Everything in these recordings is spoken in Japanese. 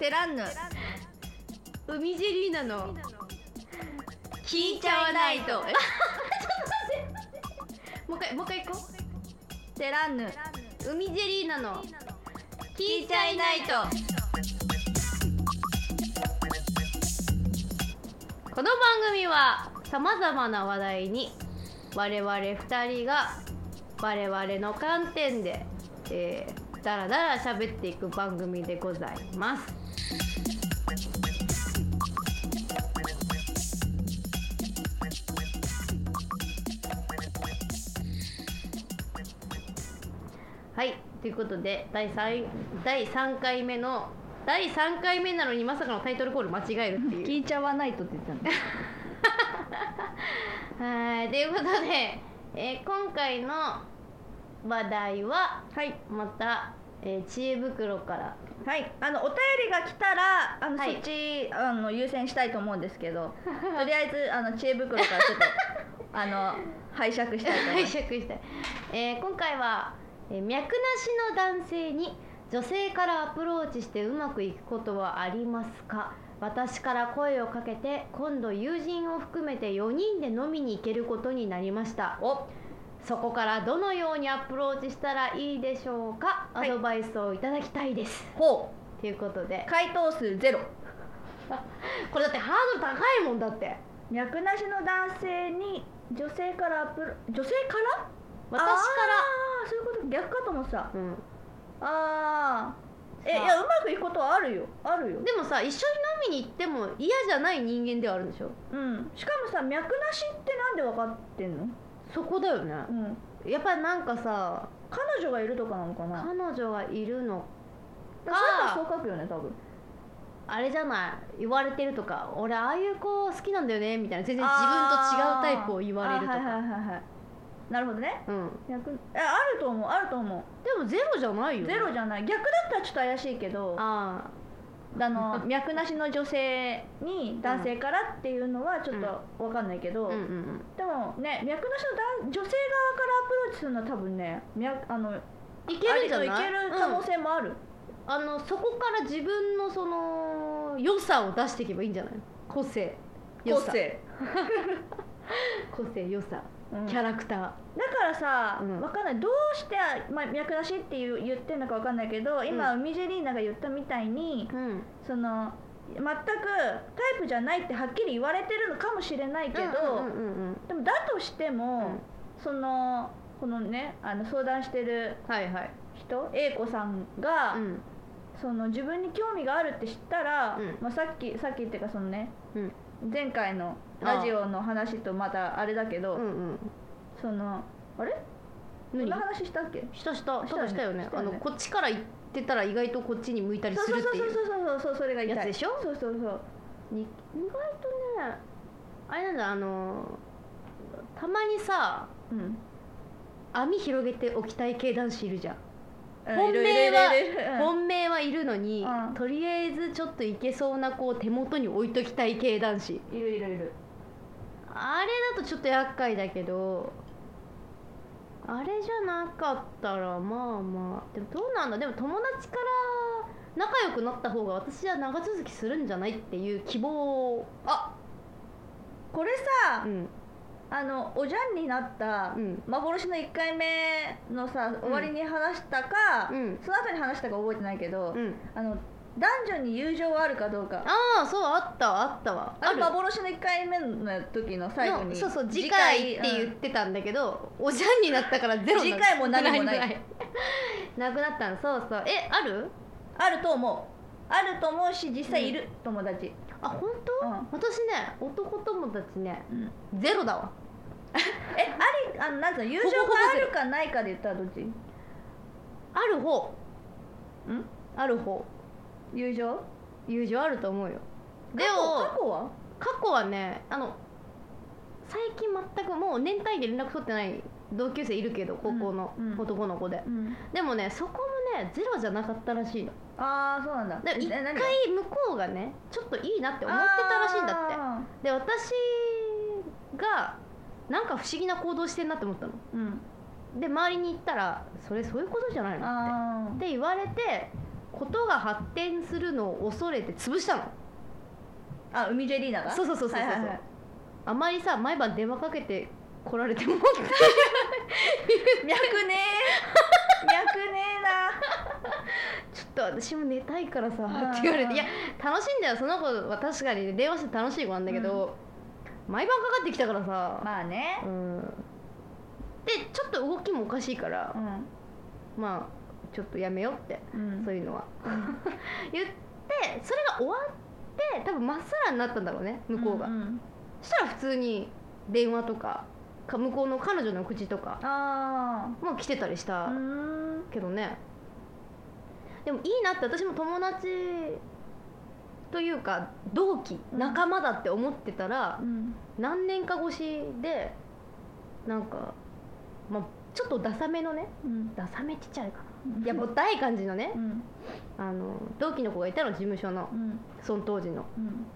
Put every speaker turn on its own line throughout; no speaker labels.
セランヌ
海尻なの
聞いちゃわ ないとえ
もう一回もう一回行こう
セランヌ
海尻なの
聞いちゃいないと
この番組はさまざまな話題に我々2人が我々の観点で、えー、だらだら喋っていく番組でございます。はい、ということで第 3, 第3回目の第3回目なのにまさかのタイトルコール間違えるっていう。
いちゃわないとって言ったの
はい、ということで、えー今回の話題は、
はい
また、えー知恵袋から
はいあのお便りが来たらあの、
はい
そっちあの優先したいと思うんですけ どとりあえずあの知恵袋からちょっと あの拝借したいと思
拝
います
借したい、えー今回は、えー脈なしの男性に女性からアプローチしてうまくいくことはありますか私から声をかけて今度友人を含めて4人で飲みに行けることになりました
お
そこからどのようにアプローチしたらいいでしょうかア
はい
ドバイスをいただきたいです、
ほ
ということで
う回答数ゼロ
これだってハードル高いもんだって
脈なしの男性に女性からアプロ女性から
私か
あーそういうこと逆かと思ってた
ら、うん、
あーえい
さあ
やうまくいくことはあるよあるよ
でもさ一緒に飲みに行っても嫌じゃない人間ではあるでしょ
うんしかもさ脈なしってなんで分かってんの
そこだよね
うん
やっぱりなんかさ
彼女がいるとかなのかな
彼女がいるの
だからそう書くよね多分
あれじゃない言われてるとか俺ああいう子好きなんだよねみたいな全然自分と違うタイプを言われると
あーはい
か
はいはいはいなるほどね
うん
脈えあると思うあると思
でもゼロじゃないうよ
ゼロじゃない逆だったらちょっと怪しいけど
あ
あの脈なしの女性に男性からっていうのはちょっと分かんないけ
あ
ど、
うんうん
でもね脈なしの男女性側からアプローチするのは多分ね脈あの
うんいけるんじゃない
ありといける可能
うん
性もある、
あのそこから自分のその良さを出していけばいいんじゃない個性良
個
さ
性、
個性良さ
うん
キャラクタ
だからさ、
うん
わかんないどうして、まあ、脈なしっていう言ってるのかわかんないけど今、海ジェリーナが言ったみたいに
ーうん
その全くタイプじゃないってはっきり言われてるのかもしれないけど、
うんうんうんうん
でもだとしても、そのこのねあの相談してる
はいはい
人 A 子さんが、
うん
その自分に興味があるって知ったら、
うん
まあ、さっきさっきっていうかそのね、
うん
前回のラジオの話とまたあれだけど、
うん
そのあれ
う
こん
ん
な
何
話したっけ
したした
した
ただ
よね
したよね
した
あ
よね
のこっちから行ってたら意外とこっちに向いたり
そう
す
そ
る
うそ
っ
う
ていう
そうそうそうそれが痛い
やつでしょ
そうそうそう
に意外とねあれなんだあのたまにさ
うん
網広げておきたい系男子いるじゃん
うんいろいろ
本命はい
ろいろいろうん
本命はいるのに、
うん
とりあえずちょっといけそうな子を手元に置いときたい系男子
いるいるいる
あれだとちょっと厄介だけどあれじゃなかったらまあまあでもどうなんだでも友達から仲良くなった方が私は長続きするんじゃないっていう希望を
あこれさ、
うん
あのおじゃんになった
うん
幻の1回目のさ終わりに話したか、
うん
その後に話したか覚えてないけど、
うん
あの男女に友情はあるかどうか
ああそうあったあったわ
あ
あ
れ
る
幻の1回目の時の最後
の
に
そうそう次回って言
う
っ
ん
てたんだけど、おじゃんになったからゼロ
次回も何もない
い なくなったのそうそうえある
あると思うあると思うし実際いる、友達、
あ本当、
うん
私ね男友達ね
うん
ゼロだわ
えありあのなんつうの友情があるかないかで言ったらどっち
ある方
ん
ある方
友情
友情あると思うよで
過去過
も
去は
過去はねあの最近全くもう年単位で連絡取ってない同級生いるけど高校の
うんうん
男の子で、
うん
でもねそこもねゼロじゃなかったらしいの
ああそうなんだ
で一回
え何
向
が
こうがねちょっといいなって思ってたらしいんだって
あ
で私がなんか不思議な行動してんなって思ったの
ーうん
で周りに行ったら「それそういうことじゃないの?」って
あ
って言われてことが発展するのを恐れて潰したの
あ海ジェリーナが
そうそうそうそうそう、
はいはいはい
あまりさ毎晩電話かけて来られ ても
脈ねえ脈ねえな
ちょっと私も寝たいからさ
あー
って言われていや楽しいんだよその子は確かに電話して楽しい子なんだけど、毎晩かかってきたから さ、
まあね
うんでちょっと動きもおかしいから
う、ん
まあちょっとやめようって、
うん
そういうのは 言ってそれが終わって多分まっさらになったんだろうね向こうが、
んん
そしたら普通に電話とかか向こうの彼女の口とか
あ
も来てたりした
あん
けどね、でもいいなって私も友達というか同期
うん
仲間だって思ってたら
う、ん
何年か越しでなんか、まあ、ちょっとダサめのね
うん
ダサめって言っちゃうか
うん
ないやもう大感じのね
うん
あの同期の子がいたの事務所の
うん
その当時の
うん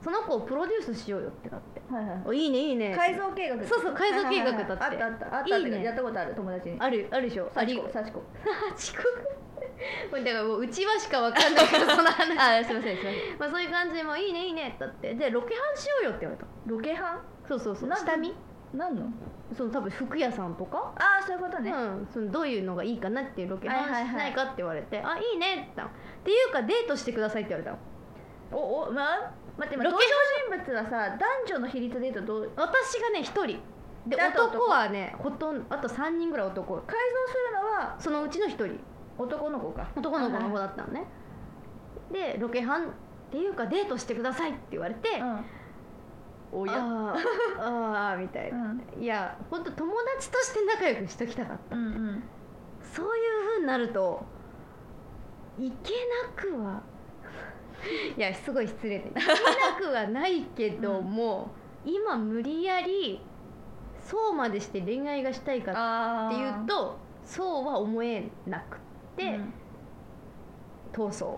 その子をプロデュースしようよってなって
はいは
「
い
おいいねいいね」
改造計画
そうそう改造計画だって
はいはいはいあったあったあった
いいね
やったことある友達に
あるあるでしょあ
幸
り
子幸子
遅刻だから もううちわしかわかんないからその話
あすいませんすいま
まあそういう感じでもういいねいいねだってでロケハンしようよって言われた
せんロケハン
そうそうそう
なんで
下見
何の
その多分服屋さんとか、
ああそういうことね
うん、そのどういうのがいいかなっていうロケハン
はいはいはい
しないかって言われて「あいいね」って言ったのっていうかデートしてくださいって言われたの
おおまあ待って待って
ロ
登
ケ
場人物はさ男女の比率で言うとどう
私がね一人で
であと男
男はねほとんどあと3人ぐらい男
改造するのは
そのうちの一人
男の子か
男の子の方
だ
だったのね、でロケハンっていうかデートしてくださいって言われて、
うんお
あ
や
ー あーみたいな、いや本当友達として仲良くしときたかった
うんうん
そういう風になるといけなくは いやすごい失礼でいけなくはないけども、今無理やりそうまでして恋愛がしたいか
あ
って
ー
いうとそうは思えなくって、
うん
闘争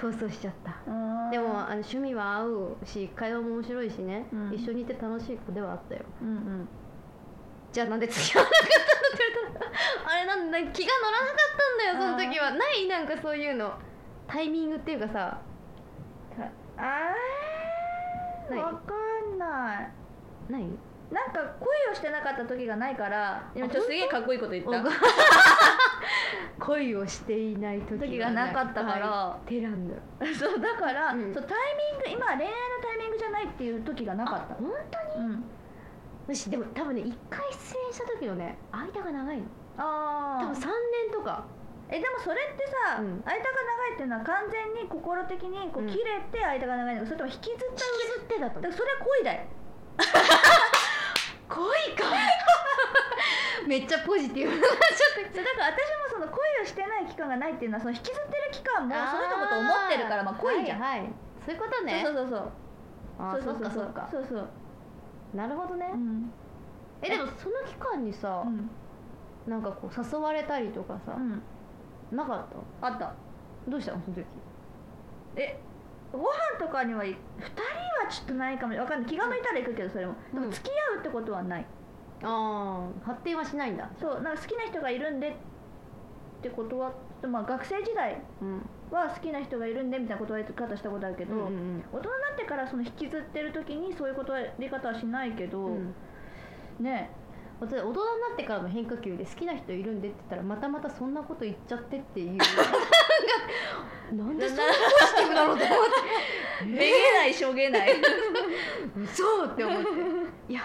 闘争しちゃった
う ん
でもあの趣味は合うし会話も面白いしね、
うん
一緒にいて楽しい子ではあったよ
うんうん
じゃあなんで付き合わなかったの って言われたらあれなんだ気が乗らなかったんだよその時はないなんかそういうのタイミングっていうかさ
あー
ない
わかんない
ない
なんか恋をしてなかった時がないから今ちょっとすげえかっこいいこと言っ
おご
た
恋をしていない時
時がなかったから、
テランだよ
そうだから、
うん
そうタイミング今恋愛のタイミングじゃないっていう時がなかった
本当
うん
にしでも多分ね一回出演した時のね間が長いの
あ
多分
あ
3年とか
えでもそれってさ、
うん
間が長いっていうのは完全に心的にこ
う
うん切れて間が長いのかそれとも引きずった
引
上
きずってだと
だからそれは恋だよ
恋か めっちゃポジティブ
そうだから私もその恋をしてない期間がないっていうのはその引きずってる期間もその人のことを思ってるからまあ恋じゃん、
はいはいそういうことね
そうそうそう
あー
そう
そっかそっか
そうそう
なるほどね
うん
えでもその期間にさ、
うん
なんかこう誘われたりとかさ、
うん
なかった
あった
どうしたのその時
えご飯とかにはい2人はちょっとないかもわかんない気が向いたら行くけどそれも、
うん
でも付き合うってことはない
ああ発展はしないんだ
そうなんか好きな人がいるんでってことは、まあ、学生時代
うん
は好きな人がいるんでみたいな断り方したことあるけど、
うんうん
大人になってからその引きずってる時にそういう断り方はしないけど、
うん
ね
大人になってからの変化球で好きな人いるんでって言ったらまたまたそんなこと言っちゃってっていう なんでそんなポジティブなのと思って
めげないしょげ ない
嘘って思っていや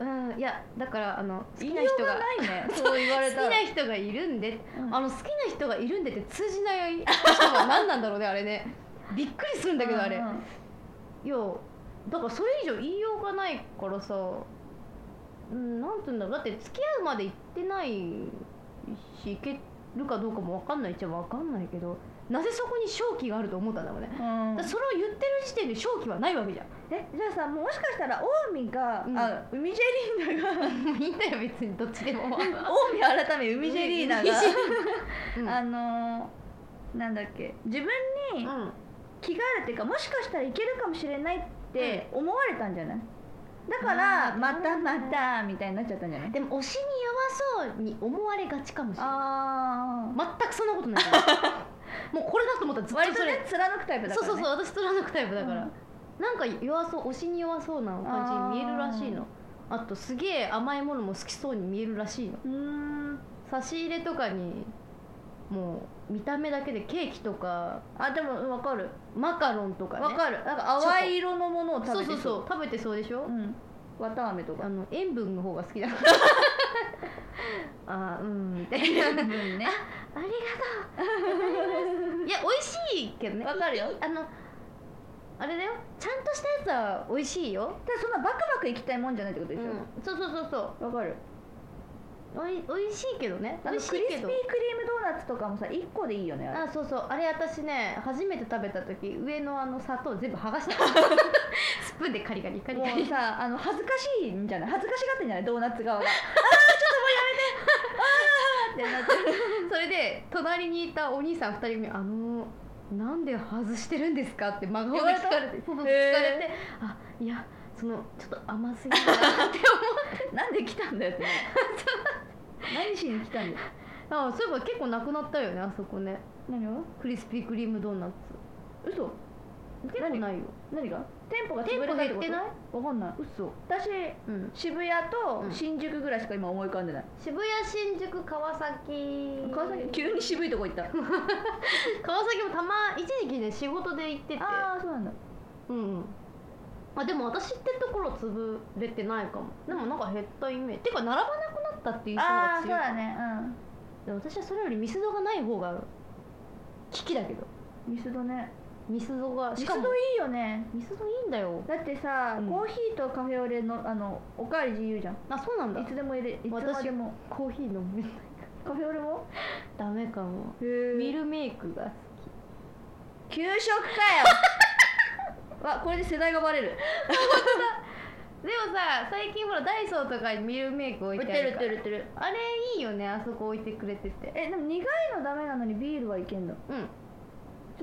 うんいやだからあの好
言
き
い
な
よう
人
が
が
ないね そう言われた
好き
ら
な人がいるんで、
うん
あの好きな人がいるんでって通じない人は何なんだろうねあれねびっくりするんだけどあれ、
うんうん
いやだからそれ以上言いようがないからさうんなんて言うんだろうだって付き合うまで行ってないし行けるかどうかも分かんないっちゃ分かんないけどなぜそこに勝機があると思ったんだろうね、
うん
だからそれを言ってる時点で勝機はないわ けじゃん
えじゃあさもしかしたら近江が、
うん
あ海ジェリーナが
もういいんだよ別にどっちで も
近江改め海ジェリーナ
海
が
ジェリーナ
あのー、なんだっけ自分
う
に
んうん
気があるっていうかもしかしたらいけるかもしれないって思われたんじゃない、だから
あー
またまたみたいになっちゃったんじゃない
でも推しに弱そうに思われがちかもしれない
あ
全くそんなことない もうこれだと思ったらずっ
あ割
とそ
と
れ
ね貫くタイプだか
そう
ら、ね、
そうそう
う
私貫くタイプだから、
うん
なんか弱そう推しに弱そうな感じに見えるらしいのあとすげえ甘いものも好きそうに見えるらしいの
そううん
差し入れとかにもう見た目だけでケーキとか
あでもわかる
マカロンとかね
わかるなんか淡い色のものを
そ
食べ
う
て
そうそう食べてそうでしょ、
うん綿飴とか
あ の塩分の方が好きだ あーうんみたいな
うんね
ありがとう。いや、美味しいけどね。
わかるよ
いいあの。あれだよ。ちゃんとしたやつは美味しいよ。
ただそんなバクバク行きたいもんじゃないってことでしょ
そうそうそうそう。
わ、かる
おい、美味しいけどね。
あ
美
の
味しい
クリスピ
け
ーク
ど
リ。ームドーナツとかもさ1個でいいよねあれ
あ、そうそう。あれ、私ね、初めて食べた時、上のあの砂糖全部剥が した。スプーンでカリカリカリ
も
カ
う
リ。
さあの恥ずかしいんじゃない恥ずかしがってんじゃないドーナ ツ側が
それで、隣にいたお兄さん二人組、あのなんで外してるんですかって真顔で聞かれて、そうそう聞かれて、あ、いや、その、ちょっと甘すぎるなって思って。
なんで来たんだよって何しに来たんだよ
あそういえば結構なくなったよねあそこね
何が
クリスピークリームドーナツ
嘘
結構ないよ
何が店舗が
店
潰れ
舗
たって
減っ
こ
て
と
ない
わかんない
嘘
私
うん
渋谷と
うん
新宿ぐらいしか今思い浮かんでない、
渋谷新宿川崎
川崎急に渋いとこ行った
川崎もたま一時期ね仕事で行ってて
ああそうなんだ
うんうんあでも私ってところ潰れてないかもでもなんか減ったイメージてか並ばなくなったっていう人
あ
が
あーそう
強い
だね
で私はそれよりミスドがない方が危機だけど
うんミスドね
ミスドが
ミ
し
ス
か
ド
も
いいよね
ミスドいいんだよ
だってさ、
うん
コーヒーとカフェオレのあのおかわり自由じゃん
あそうなんだ
いつでも入れいつま
私
でも
コーヒー飲めない
カフェオレも
ダメかも
へえ
ミルメイクが好
給 食かよわこれで世代がバレる
きでもさ最近ほらダイソーとかにミルメイク置
売
い
ってて
あ
る売
る
っ
か
て
ら
る売ってる
あれいいよねあそこ置いてくれてて
えでも苦いのダメなのにビールはいけんだち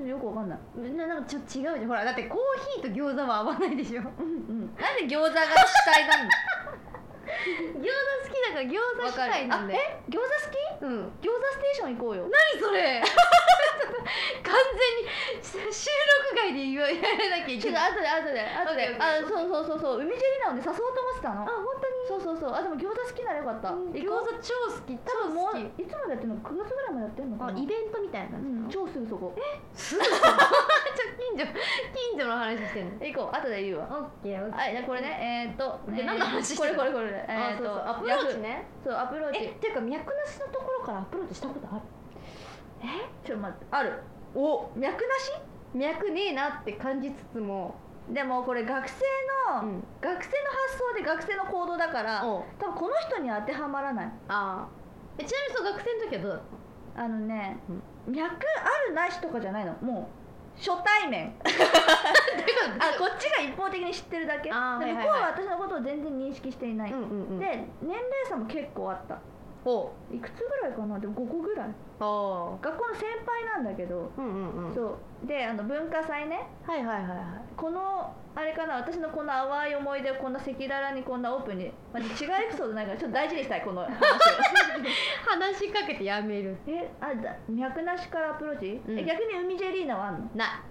う
ょっとよくわかんない
んななんかちょっと違うじゃんほらだってコーヒーと餃子は合わないでしょ餃子好
うんうんなんで餃子が主体なん だ
きだから餃子
わ
し
かる
たいなんで
あえ餃子好き
うん何
餃子ステーション行こうよ
それ 完全に収録外で言わなきゃいけ
ちょっと
ない
後で後
オッケーオッ
で後で
ケー
あそうそうそうそう海尻なので誘おうと思ってたの
あ本
そうそうそうあでも餃子好きならよかった
当に餃
行こ
子
う
超好き超
多分も
好
う
き
いつまでやってんの9月ぐらいまでやってんのかな
あイベントみたいな
う
感
ん
じ、
超すぐそこ
すぐ近所近所の話してんの
え行こう後で言うわ
オッケーオッケー
はいじゃあこれねえーっと
で
えー
何の話して
こ
た
れ
の
これこれえ
え
ー
ー、
っ
と
と
アプローチ
ヤ
ね
フーそうアプローチ
えっていうか脈なしのところからアプローチしたことある
ちょっと待ってあるお脈なし
脈ねえなって感じつつも
でもこれ学生の、
うん
学生の発想で学生の行動だから多
おう
分この人に当てはまらない
ああえちなみにそう学生の時は どうだっ
あのね、脈あるなしとかじゃないのもう初 対面
た
あこっちが一方的に知ってるだけで
あーはい
向
はい
こ
うはい
は私のことを全然認識していない、
うんうんうん
で年齢差も結構あった
お
いくつぐらいかなでも5個ぐらい
お
学校の先輩なんだけど、
うんうんうん
そうであの文化祭ね
はいはいはいは
このあれかな私のこんな淡い思い出をこんな赤裸々にこんなオープンに、まあ、違うエピソードな いからちょっと大事にしたいこの話を
い話しかけてやめる
えあだ脈なしからアプローチ、
うん
え逆に海ジェリーナはあんの
な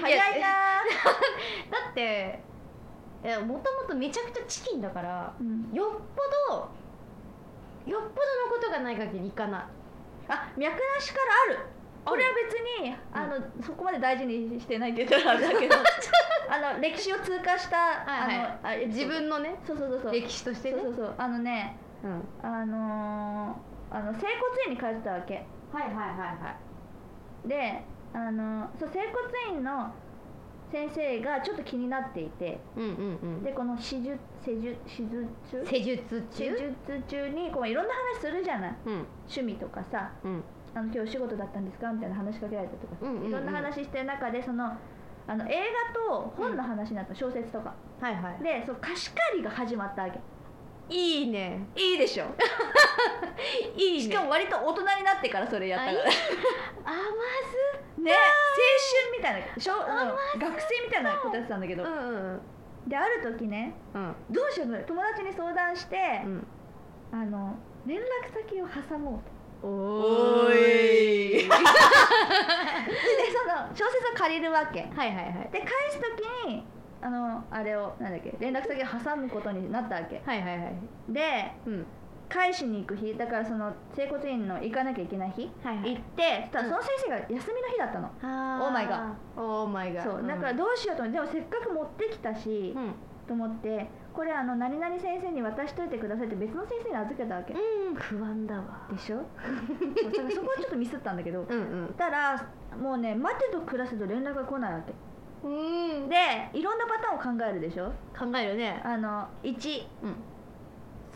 早いな
だってえもともとめちゃくちゃチキンだから
ー、うん
よっぽどよっぽどのことがない限り行かない
あ脈なしからあるこれは別にあの、そこまで大事にしてないって言ったらあれだけど あの歴史を通過した、
はいはい
あのあエピ
自
ソード
分のね
そうそうそうそう
歴史としてね
そうそうそうあのね
うんは
あのー、あの整骨院に通ってたわけ
いはいはいはい
であのそう整骨院の先生がちょっと気になっていて
うんうん
でこの施術施術施術
うん
中
施術
施
中
術中にこういろんな話するじゃない
うん
趣味とかさ
うん
あの今日お仕事だったんですかみたいな話しかけられたとか
うんうんうん
いろんな話してる中でそのあの映画と本の話になった、小説とか
はいは
でそう貸し借りが始まったわけ
いいいね
いいでし ょ
いいね
しかも割と大人になってからそれやったから
あいい
ね
甘
青春みたいな小あの学生みたいなことやってたんだけど
酸うんうん
である時ね
うん
どうしようもない友達に相談して、
うん
あの連絡先を挟もうと
お
ー
ーい は
でその小説を借りるわけ
いはいはい
で返す時にあのあれをなんだっけ連絡先を挟むことになったわけ
はいはいはい
で
うん
返しに行く日だからその整骨院の行かなきゃいけない日
はいは
行
い
ってただその先生が休みの日だったの、
オ
Oh my god
オーマイガ
そうだからどうしようと思ってでもせっかく持ってきたし、
うん
と思ってこれあの何々先生に渡しといてくださいって別の先生に預けたわけ、
うん不安だわ
でしょそうそれそこはちょっとミスったんだけど
うん
たらもうね待てと暮らせと連絡が来ないわけ
うんうん
でいろんなパターンを考えるでしょ
考えるね
あの1
うん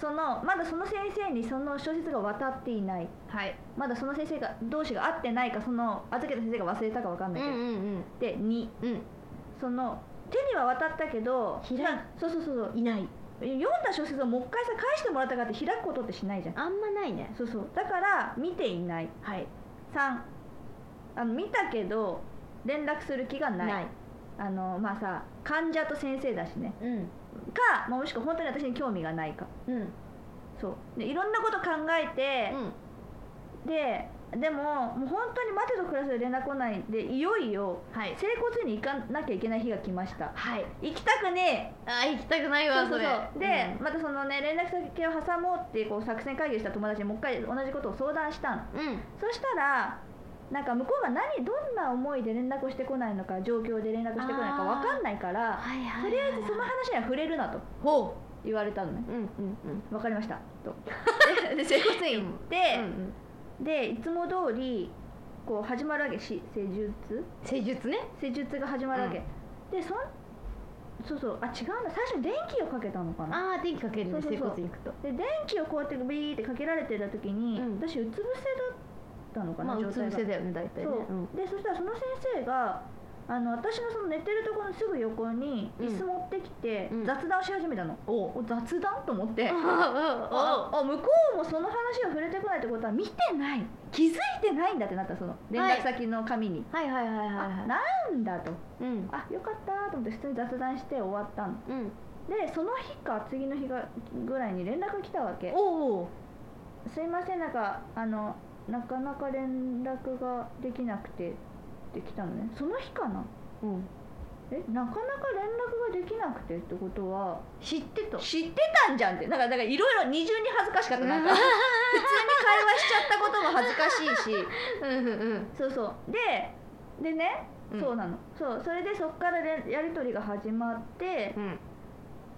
そのまだその先生にその小説が渡っていない
はい
まだその先生が同士が会ってないかその預けた先生が忘れたかわかん
うん
な
う
いけど、
ん
で2
うんうん
その手には渡ったけど
開い
なそうそうそうそう
いない
読んだ小説をもう一回さ返してもらったからって開くことってしないじゃん
あんまないね
そうそうだから見ていない
はい
3あの見たけど連絡する気がない
ない
あのまあさ患者と先生だしね
うん
か、まあ、もしくは本当に私に興味がないか
うんうん
そうでいろんなこと考えて、ででももう本当に待てと暮らせで連絡来ないでいよいよ
はい
整骨院に行かなきゃいけない日が来ました
はい
行きたくねえ
あ行きたくない
そ
わ
うそ
そうれ
そうで、またそのね連絡先を挟もうってこう作戦会議をした友達にもう一回同じことを相談したの
うん
そしたらなんか向こうが何どんな思いで連絡をしてこないのか状況で連絡してこないのか
あー
分かんないから
はいはい
とりあえずその話には触れるなと
ほ
言われたのね
ううんうんうん
分かりましたとで整骨院行って、
うん
でいつも通りこう始まるわけし施術
施術ね
施術が始まるわけ、でそんそうそうあ違うんだ最初に電気をかけたのかな
ああ電気かける
そ
ね
うそ
整
うそう
骨院行くと
で電気をこうやってビーってかけられてた時に、
うん
私うつ伏せだったのかな、
まあう
状
つ
態
伏
が
せだよね大体ね
そう、
うん
でそしたらその先生があの私のその寝てるところのすぐ横に
うん
椅子持ってきて、
うん
雑談し始めたの、
おう
お雑談と思って
おう
ああ向こうもその話を触れてこないってことは見てない気づいてないんだってなったその連絡先の紙に、
はいはいはいはい
あ
はい
なんだと
うん
あよかったと思って普通に雑談して終わったの
うん
でその日か次の日がぐらいに連絡が来たわけ
おお
すいませんなんかあのなかなか連絡ができなくてって来たのねその日かな
うん
えなかなか連絡ができなくてってことは
知ってと
知ってたんじゃんってなんかだからいろいろ二重に恥ずかしかった なんか普通に会話しちゃったことも恥ずかしいし
うんうんうん
そうそうででね、
うん
そうなのそうそれでそっかられやり取りが始まって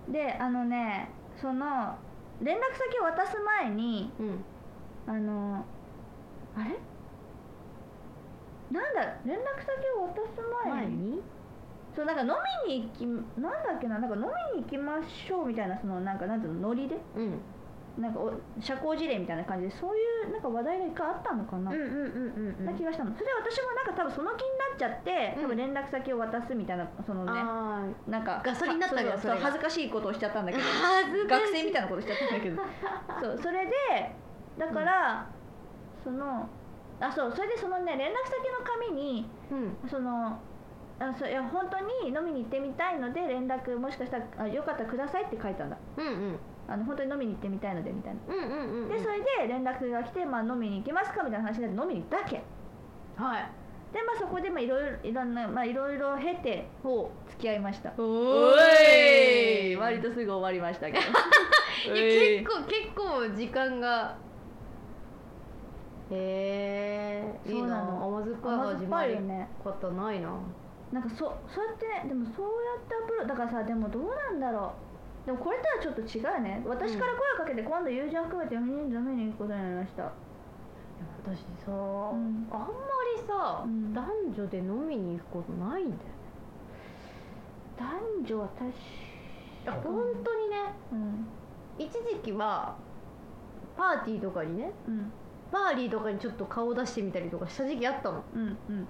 うん
であのねその連絡先を渡す前に
うん
あのあれなんだ連絡先を渡す前にそうなんか飲みに行きなんだっけななんか飲みに行きましょうみたいなそのなんかなんていうのノリで
うん
なんかお社交辞令みたいな感じでそういうなんか話題が一回あったのかな、
うんうんうんうん
な気がしたのそれで私もなんか多分その気になっちゃって、
うん
多分連絡先を渡すみたいなそのね
あー
なんか
ガソリンになったんだよ
そうそう
それが
恥ずかしいことをしちゃったん だけど
恥ずか
学
しい
生みたいなことしちゃったん だけどそうそれでだから、そのあそうそれでそのね連絡先の紙に
うん
そのあそういや本当に飲みに行ってみたいので連絡もしかしたらあよかったらくださいって書いたんだ
うんうん
あの本当に飲みに行ってみたいのでみたいな、
うんうんうんうん
でそれで連絡が来て、まあ、飲みに行きますかみたいな話になって飲みに行ったわけで
はい
まあそこでまあいろいろいろんなまあいろいろ経て
お
付き合いました
お
おい割とすぐ終わりましたけど
いや結構結構時間がへえいい
そう
な
なの
甘酸っぱい
甘酸
始
っ
ま
ぱい
る
よね
ことないな
なんかそそうやってねでもそうやってアプローチだからさでもどうなんだろうでもこれとはちょっと違うね私から声をかけて、今度友人を含めて4人で飲みに行くことになりました
私さ、
ん
あんまりさ、
うん
男女で飲みに行くことないんだよね
男女は確か
本当にね
うん
一時期はパーティーとかにね
うん
バーリーとかにちょっと顔出してみたりとかした時期あったの
うんうん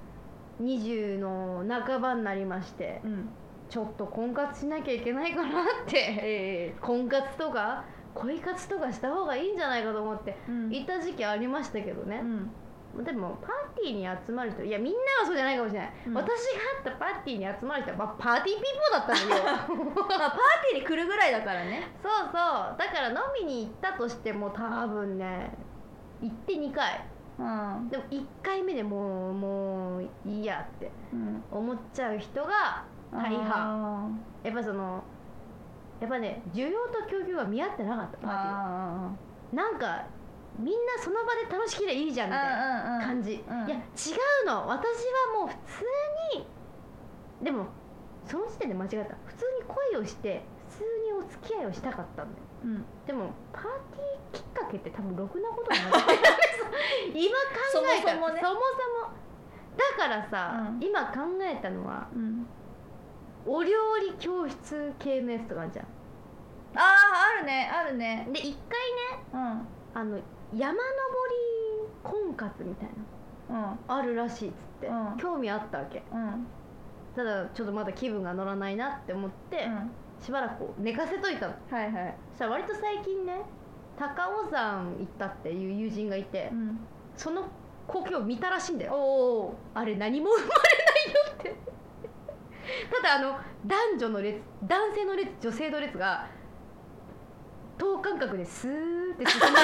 20の半ばになりまして
うん
ちょっと婚活しなきゃいけないかなって
え
婚活とか恋活とかした方がいいんじゃないかと思って
うん
行った時期ありましたけどね
う、ん
でもパーティーに集まる人いやみんなはそうじゃないかもしれない、
うん
私が会ったパーティーに集まる人は、まあ、パーティーピーポーだったのよ
まあパーティーに来るぐらいだからね
そうそうだから飲みに行ったとしても多分ね行って2回
うん
でも1回目でもうもういいやって
うん
思っちゃう人が大半
半
やっぱそのやっぱね需要と供給が見合ってなかったパーティーは
あ
なんかみんなその場で楽しければいいじゃんみたいな
あうんうんうん
感じ、
うん
いや違うの私はもう普通にでもその時点で間違えた普通に恋をして普通にお付き合いをしたかったんだよ
うん
でもパーティーきっかけって多分ろくなことにな ってない今考えた
そもそもね
そもそもだからさ、
うん
今考えたのは
うん
お料理教室系のやつとかあるじゃん
あああるねあるね
で一回ね
うん
あの山登り婚活みたい
うん
なあるらしいっつって、
うん
興味あったわけ
うん
ただちょっとまだ気分が乗らないなって思って、
うん
しばらくこう寝かせといたの
はいはい
そしたら割と最近ね高尾山行ったっていう友人がいて、
うん
その光景を見たらしいんだよ
おお
あれ何も生まれないよってただあの男女の列男性の列女性の列が等間隔でスーって進んでいくだ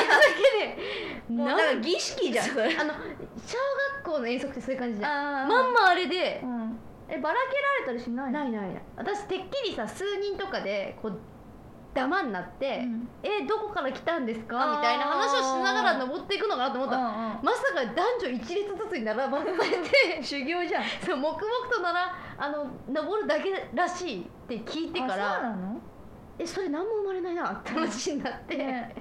けで
もう
な
だ
ん
から儀式じゃんそれ
あの小学校の遠足ってそういう感じじゃん
あ
まんまあれで
う、んえばらけられたりしないの
ないないない私てっきりさ数人とかでこうダマになって、
うん
えどこから来たんですか
あー
みたいな話をしながら登っていくのかなと思ったら
うんうん
まさか男女一列ずつに並ばされて
修行じゃん
そう黙々とならあの登るだけらしいって聞いてか
あそう
ら
なの
えそれ何も生まれないなって話になって、
ね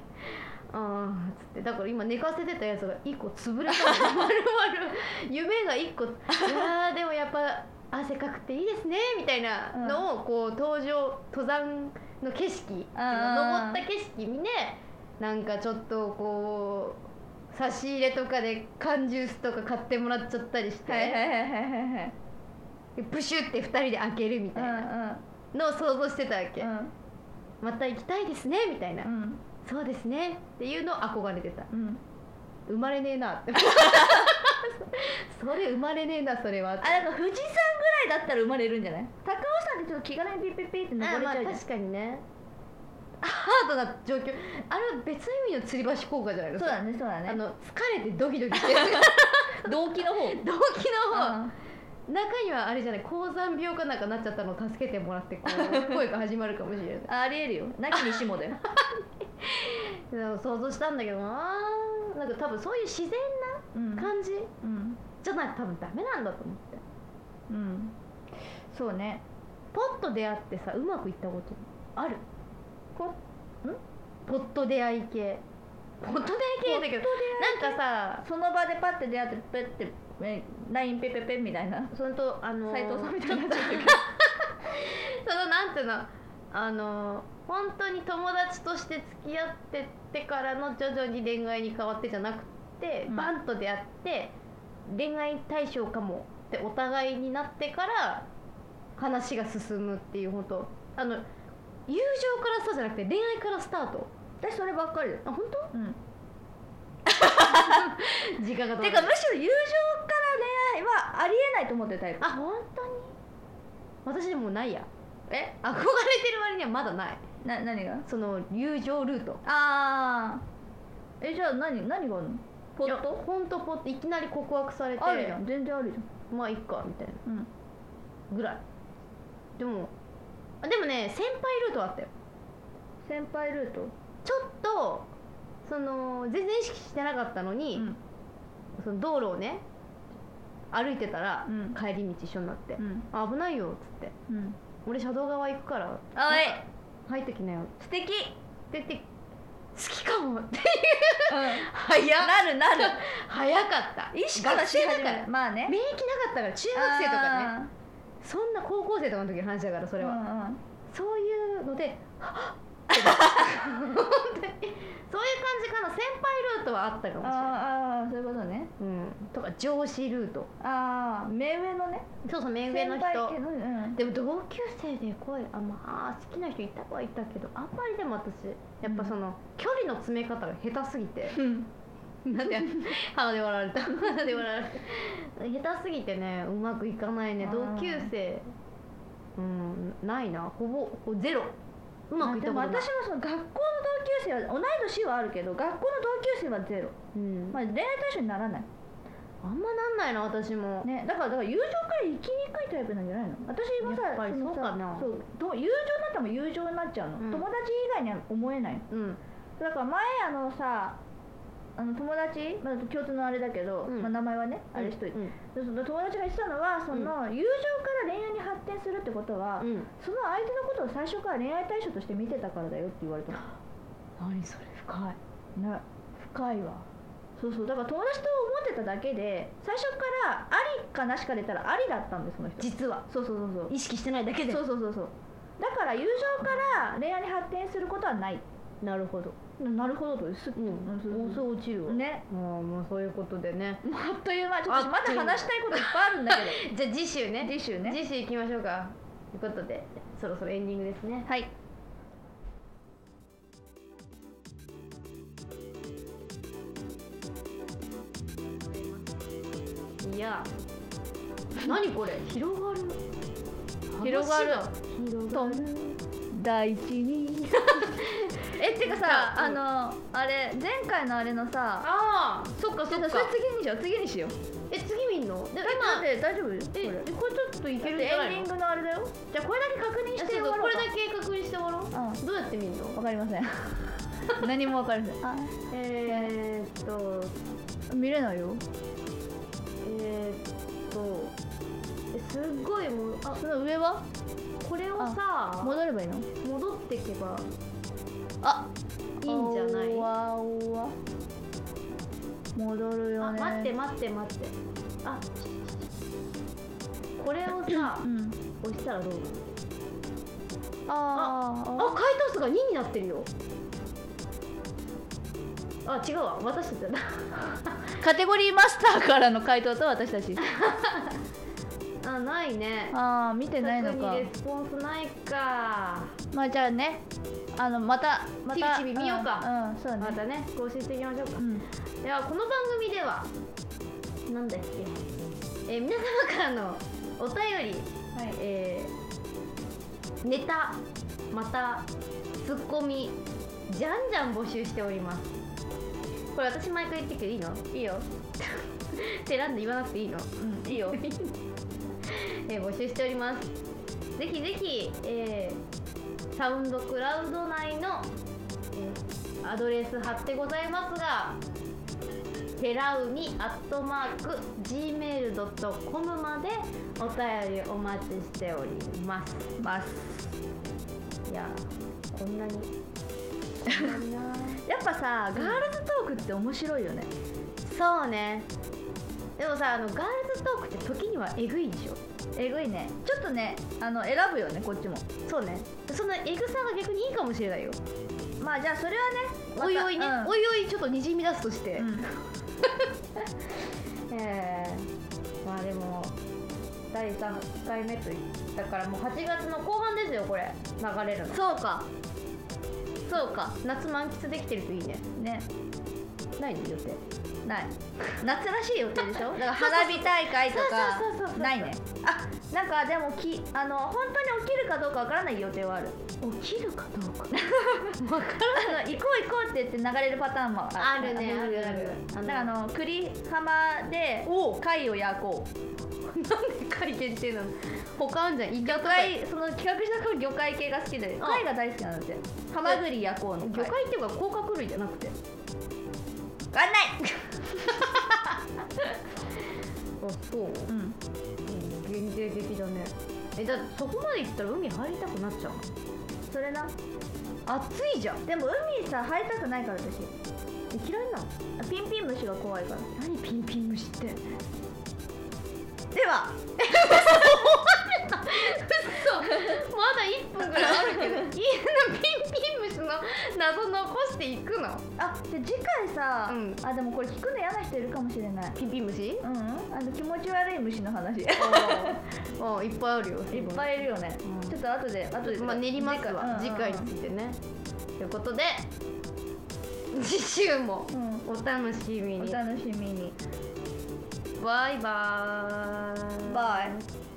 ああつってだから今寝かせてたやつが1個潰れたの丸々 夢が1個いやーでもやっぱ汗かくっていいですねみたいなのをこう登場登山の景色
あー
登った景色見ねなんかちょっとこう差し入れとかで缶ジュースとか買ってもらっちゃったりして、
はいはいはいはいはいはい
でプシュって2人で開けるみたいなのを想像してたわけ、
うん
また行きたいですねみたいな、
うんうん
そうですねっていうのを憧れてた
うん
生まれねえな ってそれ生まれねえなそれは
あなんか富士山ぐらいだったら生まれるんじゃない高尾山ってちょっと気軽にピッピッピッって登れちゃうじゃん
確かにねハードな状況あれは別の意味の吊り橋効果じゃないの
そうだねそうだね
あの疲れてドキドキ してる
動機の方
動機の方、中にはあれじゃない高山病かなんかなっちゃったのを助けてもらってこ う声が始まるかもしれない
あありえるよなきにしもだよ
でも想像したんだけどななんか多分そういう自然
うん
な感じ
うん
じゃないと多分ダメなんだと思って
うんそうね
ポッと出会ってさうまくいったことある
ポッん
ポッと出会い系ポッと出会い系だけどなんかさ
その場でパッて出会ってペッてえ LINE ペペペみたいな
そのとあの
斎藤さんみたいになっちゃったけど
そのなんていうのあの本当に友達として付き合ってってからの徐々に恋愛に変わってじゃなくて、
うん
バンと出会って恋愛対象かもってお互いになってから話が進むっていう本当あの友情からスタートじゃなくて恋愛からスタート
私そればっかりだよ
あ本当
うん
時間が
て
て
か
か
むしろ友情から恋愛はありえないと思ってるタイプ
あ本当に私でもないや
え
憧れてる割にはまだない
な何が
その友情ルート
ああえじゃあ何何があるのポ
いや
ット
ほんとポッといきなり告白されて
あるじゃん全然あるじ
まあいっかみたいな
ゃんうん
ぐらいでもあでもね先輩ルートあったよ
先輩ルート
ちょっとその全然意識してなかったのに、
うん
その道路をね歩いてたら、
うん
帰り道一緒になって「
うん
あ危ないよ」っつって
うん
「俺車道側行くから
あい
入ってきなよ」っ
素敵
て言って「好きかも」って
早なるなる
早かった
意識はし
学生
始
だか
め
ら
るまあね
免疫なかったから中学生とかね
ね
そんな高校生とかの時の話だからそ
そ
れ
れ
は、
は
そういうのではっってなった本当にそういう感じかな先輩ルートはあったかもしれない、
あーあーそういうことね
うん、とか上司ルート
ああ目上のね
そうそう目上の
先輩系
人
のうん
でも同級生で声あまあ好きな人いた子 はいたけどあんまりでも私やっぱその、距離の詰め方が下手すぎて
うん
なんで 鼻で笑われた鼻で笑われた下手すぎてねうまくいかないね
あ
同
ー
級生うんないなほぼほゼロうまくいった
で
こと
も
ない
私もその学校の同級生は同い年はあるけど学校の同級生はゼロ、
うん
まあ、恋愛対象にならない、
あんまなんないな私も、
ね、だからだから友情から生きにくいタイプなんじゃないの私もさ
やっぱり
の
そ
さ
うかな
そうどう友情になっても友情になっちゃうの、
うん
友達以外には思えないの
うん
だから前あのさあの友達、まあ、共通のあれだけ
う
ど、
ん
まあ、名前はねあれしといて、
うん
でその友達が言ってたのはその、友情から恋愛に発展するってことは、
うん
その相手のことを最初から恋愛対象として見てたからだよって言われたの
何それ深い
ね深いわそうそうだから友達と思ってただけで最初からありかなしか出たらありだったんですその人
実は
そうそうそう
意識してないだけ
そう
で
そうそうそうそうだから友情から恋愛に発展することはない
なるほど
ななるほどとすっ
うん
うん
そう落ちるわ
ね
もうもうそういうことでね
もうあっという間ちょっとまだ話したいこといっぱいあるんだけ
じゃあ次週ね
ど 次週ね
次週行きましょうかということでそろそろエンディングですね
はい
いや何これ広がる
広がる
広
と
がる
第一に えってか さあのあれ前回のあれのさ
ああそっか
ち
そっ
ょっ
か
とそれ次にしよう次にしよう
え次見んので
え待っ
今
て大丈夫こ
え
れ
えこれちょっといけ
だっ
るん
て
じゃな
エン
い
デ
の
ィングのあれだよじゃあこれだけ確認
え
し
そう
て終
そう
わろう
これだけ確認して終わろう
う
どうやって見んの
んわかりません 何もわかりませんあ
えー、っと
見れないよ
えー、っとえすっごいもうあ
その上は
これをさ
戻ればいいの
戻ってけば
あ
いいんじゃない
おわおわ戻るよ
あ
ね
待って待って待ってあこれを さ
うん
押したらどうなの
あー
あ回答数が2になってるよあ違うわ私たちだ
カテゴリーマスターからの回答と私 たち
あないね
ああ見てないのか
特にレスポンスないか
まあじゃあねあのまたまた
ちびちび見ようか
んうん、そうだね
またね更新していきましょうか
うん
ではこの番組ではなんだっけ、えー皆様からのお便り、
はい
えーネタまたツッコミじゃんじゃん募集しておりますこれ私毎回言ってるけどいいの
いいよ
って選んで言わなくていいの
うんいいよ
えー募集しておりますぜひぜひ、えーサウンドクラウド内の、えーアドレス貼ってございますがペラウニアットマーク gmail.com までお便りお待ちしております
ます
いやーこんなにこんなになー
やっぱさガールズトークって面白いよね
そうねでもさあのガールズトークって時にはえぐいでしょ
えぐいねちょっとねあの選ぶよねこっちも
そうねそのえぐさが逆にいいかもしれないよ
まあじゃあそれはね
おいおいね、
またうん
おいおいちょっとにじみ出すとして、
うん
えーまあでも第3回目といったからもう8月の後半ですよこれ流れるのそうかそうか夏満喫できてるといいね
ね
ないの予定
ない夏らしい予定 でしょだから
そうそうそう
花火大会とか
そうそうそうそう
ないねあなんかでもきあの本当に起きるかどうかわからない予定はある
起きるかどう か
あの行こう行こうって言って流れるパターンもある
あるねあるある
だからあの栗浜で
お
貝を焼こう
なんで会限定なの他あんじゃん魚
魚介その企画した子魚介系が好きで
あ
貝が大好きなんだってハマグリ焼こうの
魚介っていうか甲殻類じゃなくて
分かんない
あそう
うん
限定的だねえだってそこまで行ったら海入りたくなっちゃうの
それな
暑いじゃん
でも海さ入りたくないから私
え嫌いなの
ピンピン虫が怖いから
何ピンピン虫って
では
そうまだ1分ぐらいあるけどいいなピンピン虫の謎残していくの
あで次回さ、
うん
あでもこれ聞くの嫌な人いるかもしれない
ピンピン虫
うん、うん、あの気持ち悪い虫の 話いっ
おーいっぱいあるよい
ぱいいるよね、
うん
ちょっと後で後で
まあ練りますわ次回,、
うんうん
についてねということで次週も
うん、うん
お楽しみ
お
に
楽しみに
バイバーイ
バイ